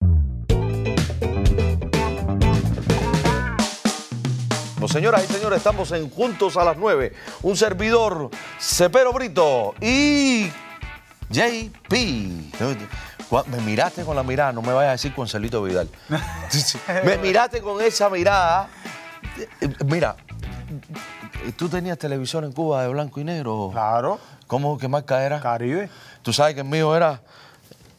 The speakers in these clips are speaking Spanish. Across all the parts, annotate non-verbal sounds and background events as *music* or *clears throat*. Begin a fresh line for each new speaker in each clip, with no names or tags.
Seguimos, Pues señoras y señores, estamos en Juntos a las 9. Un servidor, Cepero Brito y JP. Cu- Me miraste con la mirada, no me vayas a decir con Celito Vidal. me miraste con esa mirada. Eh, Mira, tú tenías televisión en Cuba de blanco y negro.
Claro,
¿Cómo? ¿Qué marca era?
Caribe.
Tú sabes que el mío era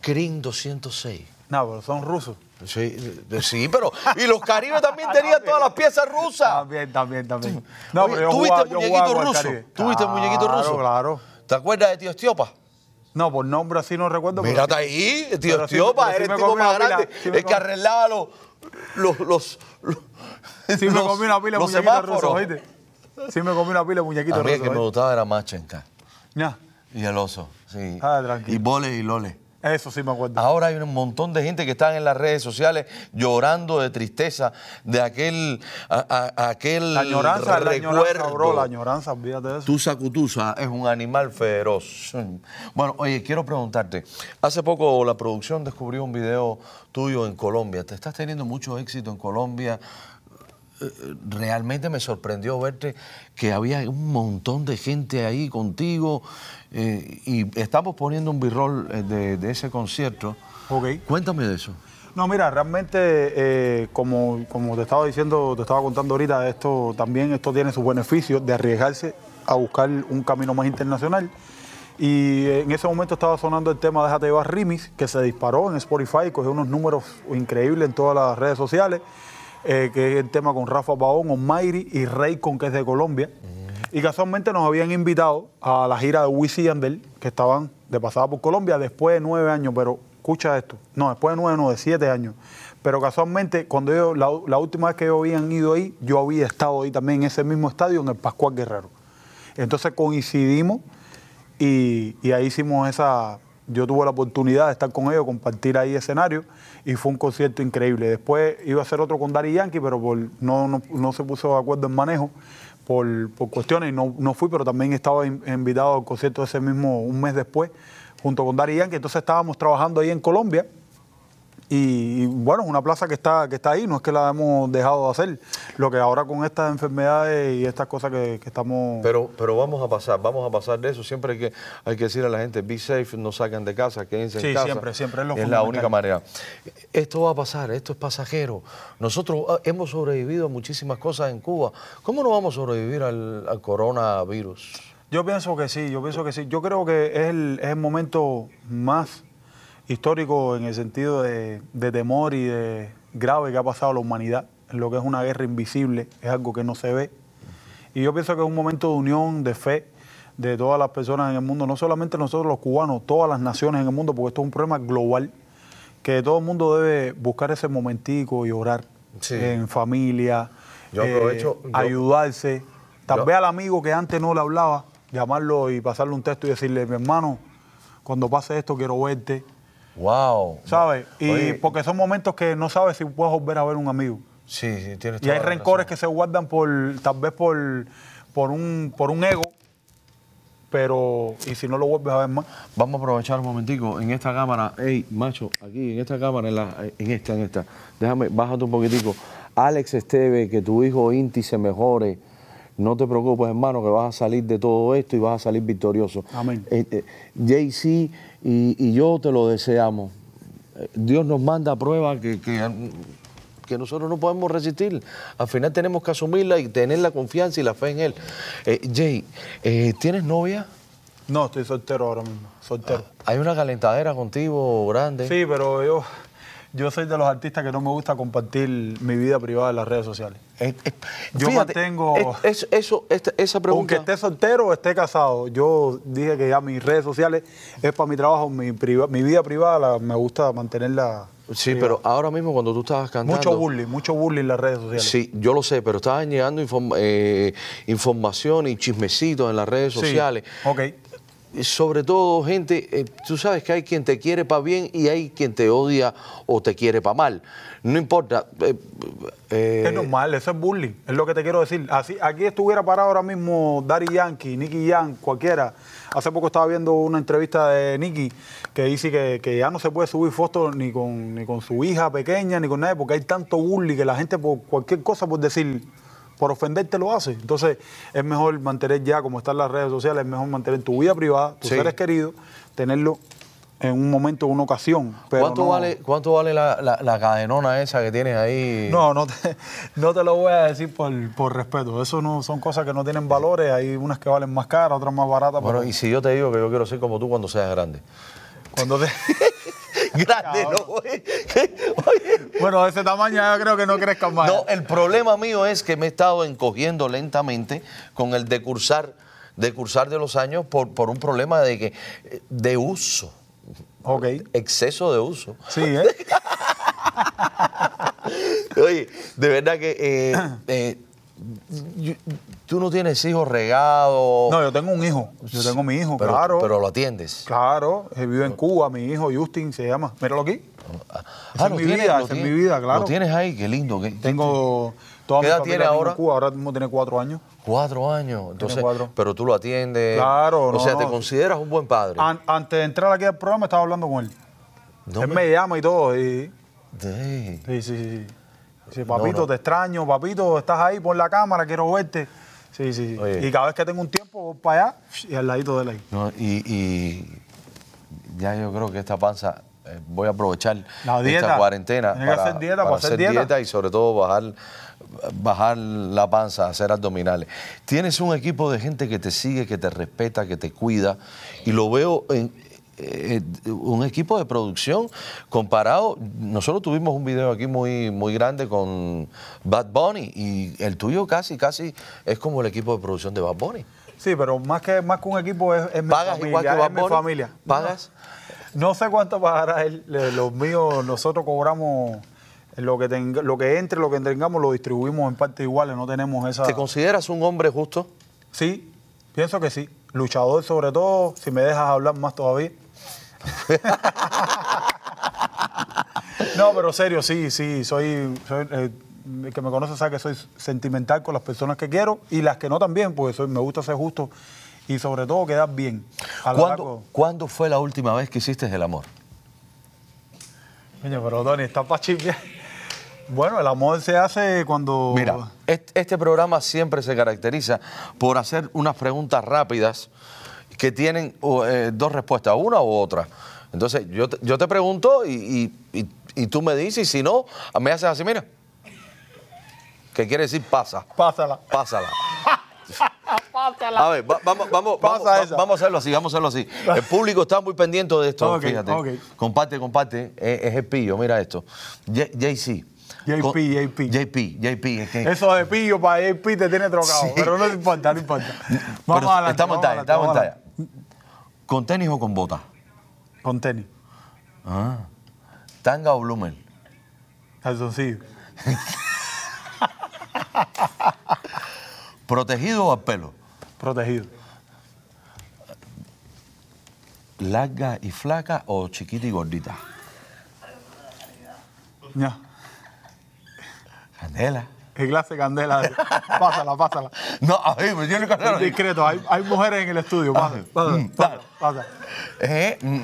Krim 206.
No, pero son rusos.
Sí, eh, sí, pero. Y los caribes también tenían todas las piezas rusas.
También, también, también.
Oye, ¿tú viste Muñequito
con el
Ruso?
Caribe.
¿Tú viste Muñequito
Claro,
Ruso?
Claro,
¿Te acuerdas de Tío Estiopa?
No, por nombre así no recuerdo. pero
Mírate
sí.
ahí, el Tío
pero sí-
Estiopa,
pero sí
eres
me
el tipo
comí una
más
pila,
grande.
sí me
el que
comí-
arreglaba los. los, los, los
Sí me comí una pila
los
de muñequitos rusos,
semáforos.
¿oíste? Sí me comí una pila de muñequitos
A mí
rusos.
el que me
¿oíste?
gustaba era Machenka
Ya,
y el oso. Sí.
Ah, tranquilo.
Y Bole y Lole.
Eso sí me acuerdo.
Ahora hay un montón de gente que están en las redes sociales llorando de tristeza de aquel, a- a- aquel
la añoranza, la añoranza,
recuerdo.
bro, la añoranza, olvídate de eso.
Tusa cutusa es un animal feroz. Bueno, oye, quiero preguntarte. Hace poco la producción descubrió un video tuyo en Colombia. Te estás teniendo mucho éxito en Colombia. Eh, eh, Realmente me sorprendió verte que había un montón de gente ahí contigo eh, y estamos poniendo un birrol eh, de, de ese concierto.
Ok.
Cuéntame de eso.
No, mira, realmente, eh, como, como te estaba diciendo, te estaba contando ahorita, esto también esto tiene sus beneficios de arriesgarse a buscar un camino más internacional. Y eh, en ese momento estaba sonando el tema Déjate llevar Rimis, que se disparó en Spotify, cogió unos números increíbles en todas las redes sociales, eh, que es el tema con Rafa Paón, Omairi y Raycon, que es de Colombia. Y casualmente nos habían invitado a la gira de Wisin y Yandel, que estaban de pasada por Colombia después de nueve años, pero escucha esto, no, después de nueve, no, de siete años. Pero casualmente, cuando yo, la, la última vez que yo habían ido ahí, yo había estado ahí también en ese mismo estadio, en el Pascual Guerrero. Entonces coincidimos y, y ahí hicimos esa. Yo tuve la oportunidad de estar con ellos, compartir ahí escenario y fue un concierto increíble. Después iba a hacer otro con Dari Yankee, pero por- no, no- no se puso de acuerdo en manejo por, por cuestiones y no, no fui, pero también estaba in- invitado al concierto ese mismo un mes después junto con Dari Yankee. Entonces estábamos trabajando ahí en Colombia y, y, bueno, es una plaza que está, que está ahí, no es que la hemos dejado de hacer. Lo que ahora con estas enfermedades y estas cosas que, que estamos...
Pero, pero vamos a pasar, vamos a pasar de eso. Siempre hay que, hay que decir a la gente, be safe, no salgan de casa, quédense en
Sí,
casa.
siempre, siempre es lo
la
fundamental.
única manera. Esto va a pasar, esto es pasajero. Nosotros ah, hemos sobrevivido a muchísimas cosas en Cuba. ¿Cómo no vamos a sobrevivir al, al coronavirus?
Yo pienso que sí, yo pienso que sí. Yo creo que es el, es el momento más histórico en el sentido de, de temor y de grave que ha pasado a la humanidad. Lo que es una guerra invisible es algo que no se ve. Y yo pienso que es un momento de unión, de fe, de todas las personas en el mundo, no solamente nosotros los cubanos, todas las naciones en el mundo, porque esto es un problema global, que todo el mundo debe buscar ese momentico y orar
Sí.
en familia, Eh,
Yo aprovecho- yo-
ayudarse. Tal
yo-
vez al amigo que antes no le hablaba, llamarlo y pasarle un texto y decirle, mi hermano, cuando pase esto quiero verte,
¡Wow!
¿sabes? Y
Oye,
porque son momentos que no sabes si puedes volver a ver un amigo.
sí, sí, tienes
Y hay rencores que se guardan por, tal vez por, por, un, por un ego, pero y si no lo vuelves a ver más.
Vamos a aprovechar un momentico en esta cámara. Ey, macho, aquí en esta cámara, en, la- en esta, en esta. Déjame, bájate un poquitico. Alex Esteve, que tu hijo Inti se mejore. No te preocupes, hermano, que vas a salir de todo esto y vas a salir victorioso.
Amén.
Eh, eh, Jay-Z y, y yo te lo deseamos. Eh, Dios nos manda pruebas que, que, que nosotros no podemos resistir. Al final tenemos que asumirla y tener la confianza y la fe en Él. Eh, Jay, eh, ¿tienes novia?
No, estoy soltero ahora mismo, soltero.
Hay una calentadera contigo grande.
Sí, pero yo, yo soy de los artistas que no me gusta compartir mi vida privada en las redes sociales.
Eh, eh,
Yo mantengo-
es- es- eso, esta- esa pregunta.
Aunque esté soltero o esté casado, yo dije que ya mis redes sociales es para mi trabajo, mi, priva- mi vida privada la- me gusta mantenerla.
sí, pero ahora mismo cuando tú estabas cantando.
Mucho bullying, mucho bullying en las redes sociales.
Sí, yo lo sé, pero estaban llegando inform- eh, información y chismecitos en las redes
Sí,
sociales.
Ok.
Y Sobre todo, gente, eh, tú sabes que hay quien te quiere para bien y hay quien te odia o te quiere para mal. No importa. eh, eh,
Es normal, eso es bullying, es lo que te quiero decir. Así, aquí estuviera parado ahora mismo Dari Yankee, Nicky Yan, cualquiera. Hace poco estaba viendo una entrevista de Nicky que dice que, que ya no se puede subir fotos ni con, ni con su hija pequeña, ni con nadie, porque hay tanto bullying que la gente por cualquier cosa, por decir, por ofenderte lo hace. Entonces, es mejor mantener ya, como están las redes sociales, es mejor mantener tu vida privada, tus
Sí.
seres queridos, tenerlo en un momento, una ocasión. pero
¿Cuánto,
no-
vale, ¿Cuánto vale la, la- la cadenona esa que tienes ahí?
No, no te, *laughs* no te lo voy a decir por, por respeto. Eso no son cosas que no tienen valores. Hay unas que valen más caras, otras más baratas.
Bueno,
pero
y si yo te digo que yo quiero ser como tú cuando seas grande.
cuando te-
*laughs*
*laughs*
grande, no, oye. Oye.
bueno, de ese tamaño yo creo que no crezcan más.
No, el problema mío es que me he estado encogiendo lentamente con el decursar, decursar de los años por, por un problema de que de uso,
Ok.
exceso de uso.
Sí, ¿eh?
Oye, de verdad que eh,
*clears throat*
eh, yo- tú no tienes hijos regados.
No, yo tengo un hijo. Yo tengo mi hijo,
pero,
claro.
Pero lo atiendes.
Claro, él vive en Cuba, mi hijo Justin se llama. Míralo aquí. Esa
Ah,
es
lo
mi
tienes, lo
vida, esa es
tienes.
mi vida, claro.
Lo tienes ahí, qué lindo. qué-
Tengo toda
¿Qué
mi
edad tiene
familia vive
ahora?
en Cuba, ahora mismo tiene cuatro años.
Cuatro años. Entonces,
cuatro.
Pero tú lo atiendes.
Claro,
O
no,
sea, te
no. Ah,
consideras un buen padre.
An- antes de entrar aquí al programa estaba hablando con él.
No
él
me-
me... llama y todo. Y,
Sí.
sí, sí, sí. Dice, papito,
no.
te extraño, papito, estás ahí, pon la cámara, quiero verte. Sí, sí, sí.
Oye.
Y cada vez que tengo un tiempo, voy para allá y al ladito de él ahí.
No, y, y ya yo creo que esta panza eh, voy a aprovechar
La dieta.
esta cuarentena
Tienes que hacer dieta para hacer dieta.
y sobre todo bajar bajar la panza, hacer abdominales. Tienes un equipo de gente que te sigue, que te respeta, que te cuida y lo veo en eh, eh, un equipo de producción comparado, nosotros tuvimos un video aquí muy, muy grande con Bad Bunny y el tuyo casi, casi es como el equipo de producción de Bad Bunny.
Sí, pero más que, más que un equipo es, es mi
¿Pagas
familia,
igual que Bad
es mi
Bunny?
familia.
¿Pagas?
No sé cuánto pagará él. Le- Los míos, nosotros cobramos lo que, tenga- lo que entre, lo que tengamos, lo distribuimos en partes iguales. No tenemos esa.
¿Te consideras un hombre justo?
Sí, pienso que sí. Luchador, sobre todo, si me dejas hablar más todavía. *laughs* no, pero serio, sí, sí. Soy. soy, eh, el que me conoce sabe que soy sentimental con las personas que quiero y las que no también, porque soy, me gusta ser justo y sobre todo quedar bien. A lo largo-
¿Cuándo, cuándo fue la última vez que hiciste el amor?
Coño, pero Tony, está para chismear. Bueno, el amor se hace cuando.
Mira, est- este programa siempre se caracteriza por hacer unas preguntas rápidas que tienen o, eh, dos respuestas, una u otra. Entonces, yo te, yo te pregunto y, y- y- y tú me dices, y si no, me haces así, mira. ¿Qué quiere decir pasa?
Pásala.
Pásala. A ver, va- vamos, vamos,
Pasa
vamos,
esa.
vamos a hacerlo así, vamos a hacerlo
*laughs*
así. El público está muy pendiente de esto,
Ok,
fíjate.
ok.
Comparte, comparte. Es, es el pillo, mira esto. J- JC.
JP,
Con-
JP.
JP, JP. es que-
Eso de pillo para JP te tiene trocado,
Sí.
pero no te importa, no importa. Vamos
Pero
adelante,
Estamos en
vamos
talla,
adelante,
estamos en
vamos
talla. ¿Con tenis o con botas?
adelante. Con tenis,
Ah. ¿Tanga o bloomer?
calzoncillo,
¿Protegido o al pelo?
protegido.
¿Larga y flaca o chiquita y gordita?
Ya.
Candela.
Es clase candela. Pásala, pásala.
No, a ver, yo no
Es discreto, hay, hay mujeres en el estudio. Pásala,
Ah,
pásala,
mm,
pásala,
dale.
pásala.
Eh, mm,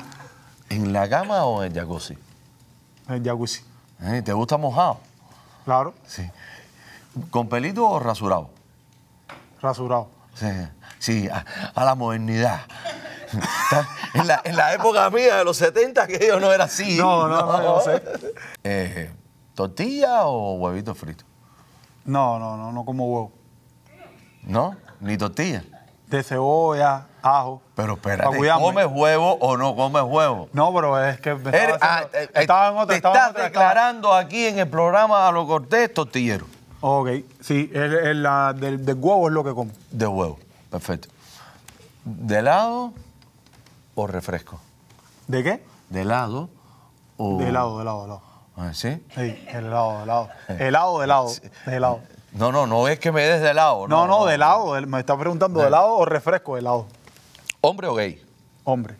¿En la cama o en el jacuzzi?
El jacuzzi.
Eh, ¿Te gusta mojado?
Claro,
Sí. ¿Con pelito o rasurado?
rasurado.
Sí, sí, a, a la modernidad. *laughs* en, la, en la época mía de los 70 que yo no era así.
No, no, no, yo sé.
*laughs* Eh, ¿Tortilla o huevito frito?
No, no, no, no como huevo.
No, ni tortilla.
De cebolla, ajo.
Pero
Pa'
espérate,
cuidarme.
¿comes huevo o no comes huevo?
No, pero es que me
Eres-
estaba,
ah,
haciendo-
eh, eh,
estaba en otra,
te
estaba en
estás
otra, estaba-
declarando aquí en el programa a lo cortés tortillero
Ok, sí, el, el- la del, del huevo es lo que como.
de huevo. Perfecto. ¿De helado o refresco?
¿De qué?
¿De helado o...?
De helado, de helado, de helado.
Ah, ¿Sí?
Sí, el helado, de helado.
Eh.
Helado, de helado, de helado.
No, no, no es que me des de helado.
No, no, de helado. de- me está preguntando de helado o refresco de helado.
¿Hombre o gay?
Hombre,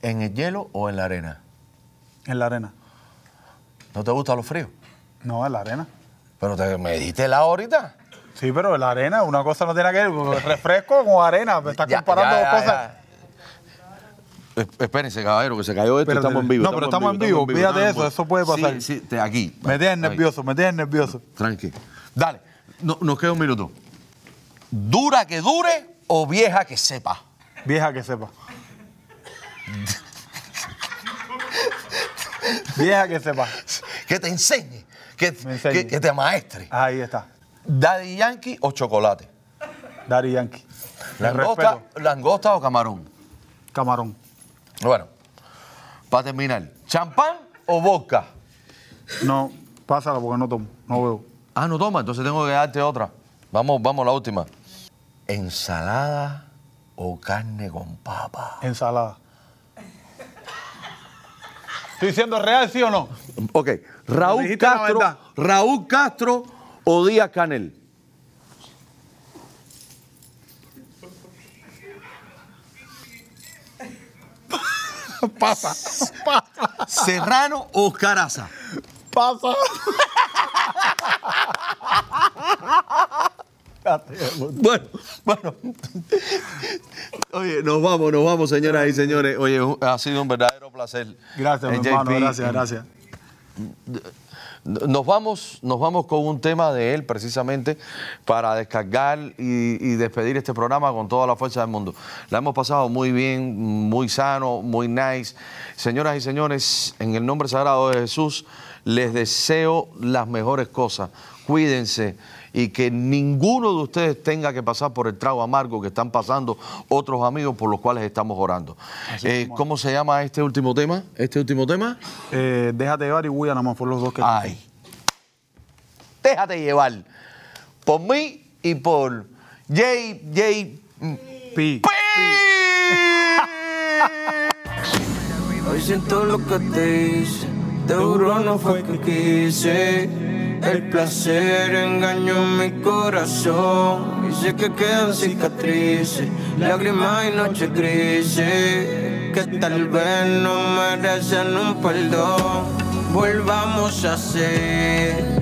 ¿En el hielo o en la arena?
en la arena.
¿No te gusta lo frío?
No, en la arena.
Pero te, me diste helado ahorita.
Sí, pero en la arena, una cosa no tiene que ver. porque Refresco con arena, me estás
Ya,
comparando
ya,
dos
ya,
cosas.
ya. Es- Espérense, caballero, que se cayó esto.
Espérate.
Estamos en vivo.
No, pero estamos en vivo, fíjate
estamos en
eso, eso puede pasar.
Sí, sí, te- aquí.
Me
Ahí.
tienes nervioso, me tienes nervioso.
Tranqui. Dale, No- nos queda un minuto. ¿Dura que dure o vieja que sepa?
Vieja
*laughs*
que sepa. Vieja que sepa.
Que te enseñe, que,
Me enseñe.
que- que te amaestre.
Ahí está.
¿Daddy Yankee o chocolate?
Dari Yankee. El
¿Langosta,
respeto.
langosta o camarón?
Camarón.
Bueno, para terminar, ¿champán o vodka?
No, pásala porque no tomo, no veo.
Ah, no toma, entonces tengo que darte otra. Vamos, vamos, la última. ¿Ensalada o carne con papa?
Ensalada. ¿Estoy diciendo real, sí o no?
Ok, Raúl
Dijiste la
Castro,
verdad.
Raúl Castro o Díaz Canel.
*laughs* Pasa.
¿Serrano o Caraza?
Pasa.
Bueno, bueno. Oye, nos vamos, nos vamos, señoras y señores. Oye, ha sido un verdadero placer.
Gracias, mi
Eh,
hermano.
JP,
Gracias, gracias.
Nos vamos, nos vamos con un tema de él precisamente para descargar y, y despedir este programa con toda la fuerza del mundo. La hemos pasado muy bien, muy sano, muy nice. Señoras y señores, en el nombre sagrado de Jesús, les deseo las mejores cosas. Cuídense y que ninguno de ustedes tenga que pasar por el trago amargo que están pasando otros amigos por los cuales estamos orando. Eh, ¿Cómo se llama este último tema? ¿Este último tema?
Eh, déjate llevar y huya nada más por los dos que.
Ay. Déjate llevar. Por mí y por J. J.
Pi. *laughs*
Hoy siento lo que te hice, te juro no fue que quise. El placer engañó mi corazón y sé que quedan cicatrices, lágrimas y noches grises que tal vez no merecen un perdón. Volvamos a ser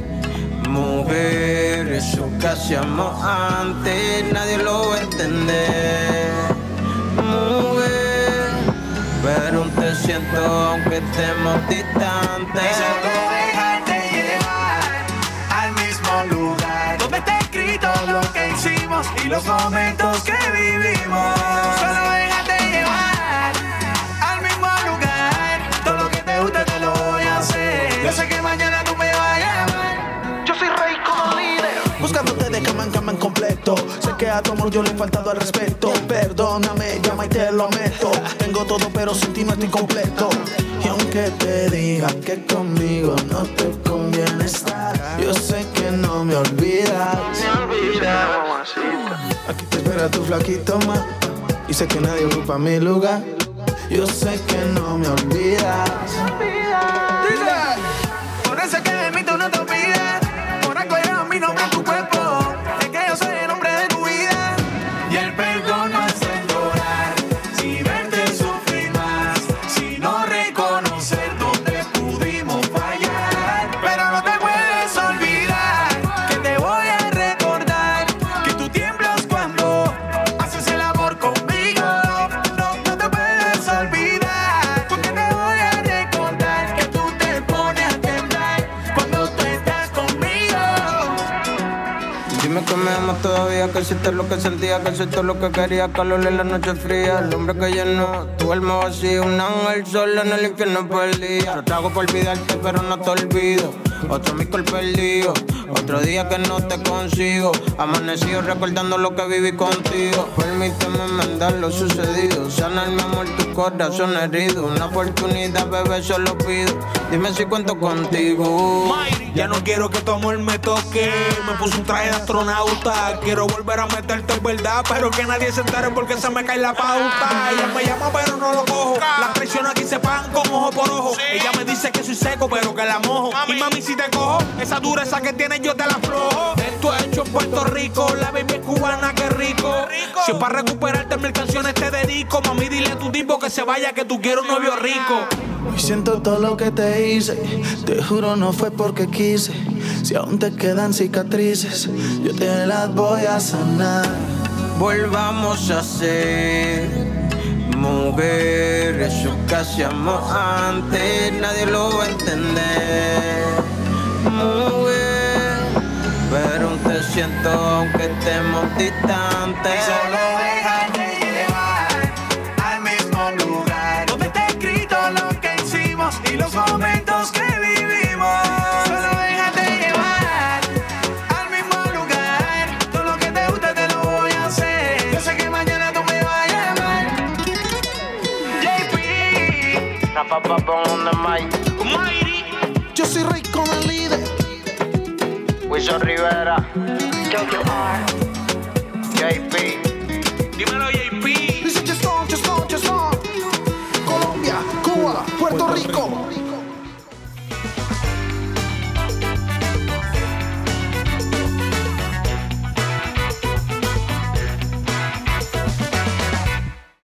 Mover eso que hacíamos antes, nadie lo va a entender. Mover, pero te siento aunque estemos distantes.
Solo déjate llevar al mismo lugar donde está escrito lo que hicimos y los momentos que vivimos. Solo déjate llevar al mismo lugar. Todo lo que te gusta te lo voy a hacer. Yo sé que mañana tú me vas a llamar. Yo soy rey como líder.
Buscándote de cama en cama en completo Sé que a tu amor yo le he faltado al respeto Perdóname, llama y te lo meto Tengo todo pero sin ti no estoy completo Y aunque te diga que conmigo no te conviene estar Yo sé que no me olvidas Aquí te espera tu flaquito más Y sé que nadie ocupa mi lugar Yo sé que no me olvidas
Por eso es que de mí tú no te olvidas. Por algo era mi nombre en tu cuerpo. Es que yo soy el hombre de tu vida. Y el perdón no es llorar. Si verte sufrir más. Si no reconocer dónde pudimos fallar. Pero no te puedes olvidar. Que te voy a recordar. Que tú tiemblas cuando haces el amor conmigo. No, no te puedes olvidar. Porque te voy a recordar. Que tú te pones a temblar. Cuando tú estás conmigo.
Dime que me amas todavía, que hiciste lo que sentía, que hiciste lo que quería, calor en la noche fría, el hombre que llenó tu alma vacía, un ángel solo en el infierno perdía. Yo trago por olvidarte, pero no te olvido. Otro micro perdido, otro día que no te consigo. Amanecido recordando lo que viví contigo. Permíteme mandar lo sucedido, sanar mi amor, tu corazón herido. Una oportunidad, bebé, solo pido. Dime si cuento contigo.
Ya no quiero que tu amor me toque. Me puse un traje de astronauta. Quiero volver a meterte en verdad. Pero que nadie se entere porque se me cae la pauta. Ella me llama, pero no lo cojo. Las traiciones aquí se pagan con ojo por ojo. Ella me dice que soy seco, pero que la mojo. Y mami, si te cojo, esa dureza que tienes yo te la aflojo. Esto es hecho en Puerto Rico. La baby es cubana, qué rico. Si es para recuperarte, mil canciones te dedico. Mami, dile a tu tipo que se vaya, que tú quieres un novio rico.
Hoy siento todo lo que te hice, te juro no fue porque quise. Si aún te quedan cicatrices, yo te las voy a sanar.
Volvamos a ser mujer, eso que hacíamos antes, nadie lo va a entender. Mujer, pero te siento aunque estemos distantes.
Solo déjate llevar al mismo lugar donde está escrito lo que hicimos y los momentos que vivimos. Solo déjate llevar al mismo lugar. Todo lo que te gusta te lo voy a hacer. Yo sé que mañana tú me vas a llamar. JP,
Una papa pon on the mic.
Mayri,
Yo soy rey con el líder.
Wilson Rivera. JP.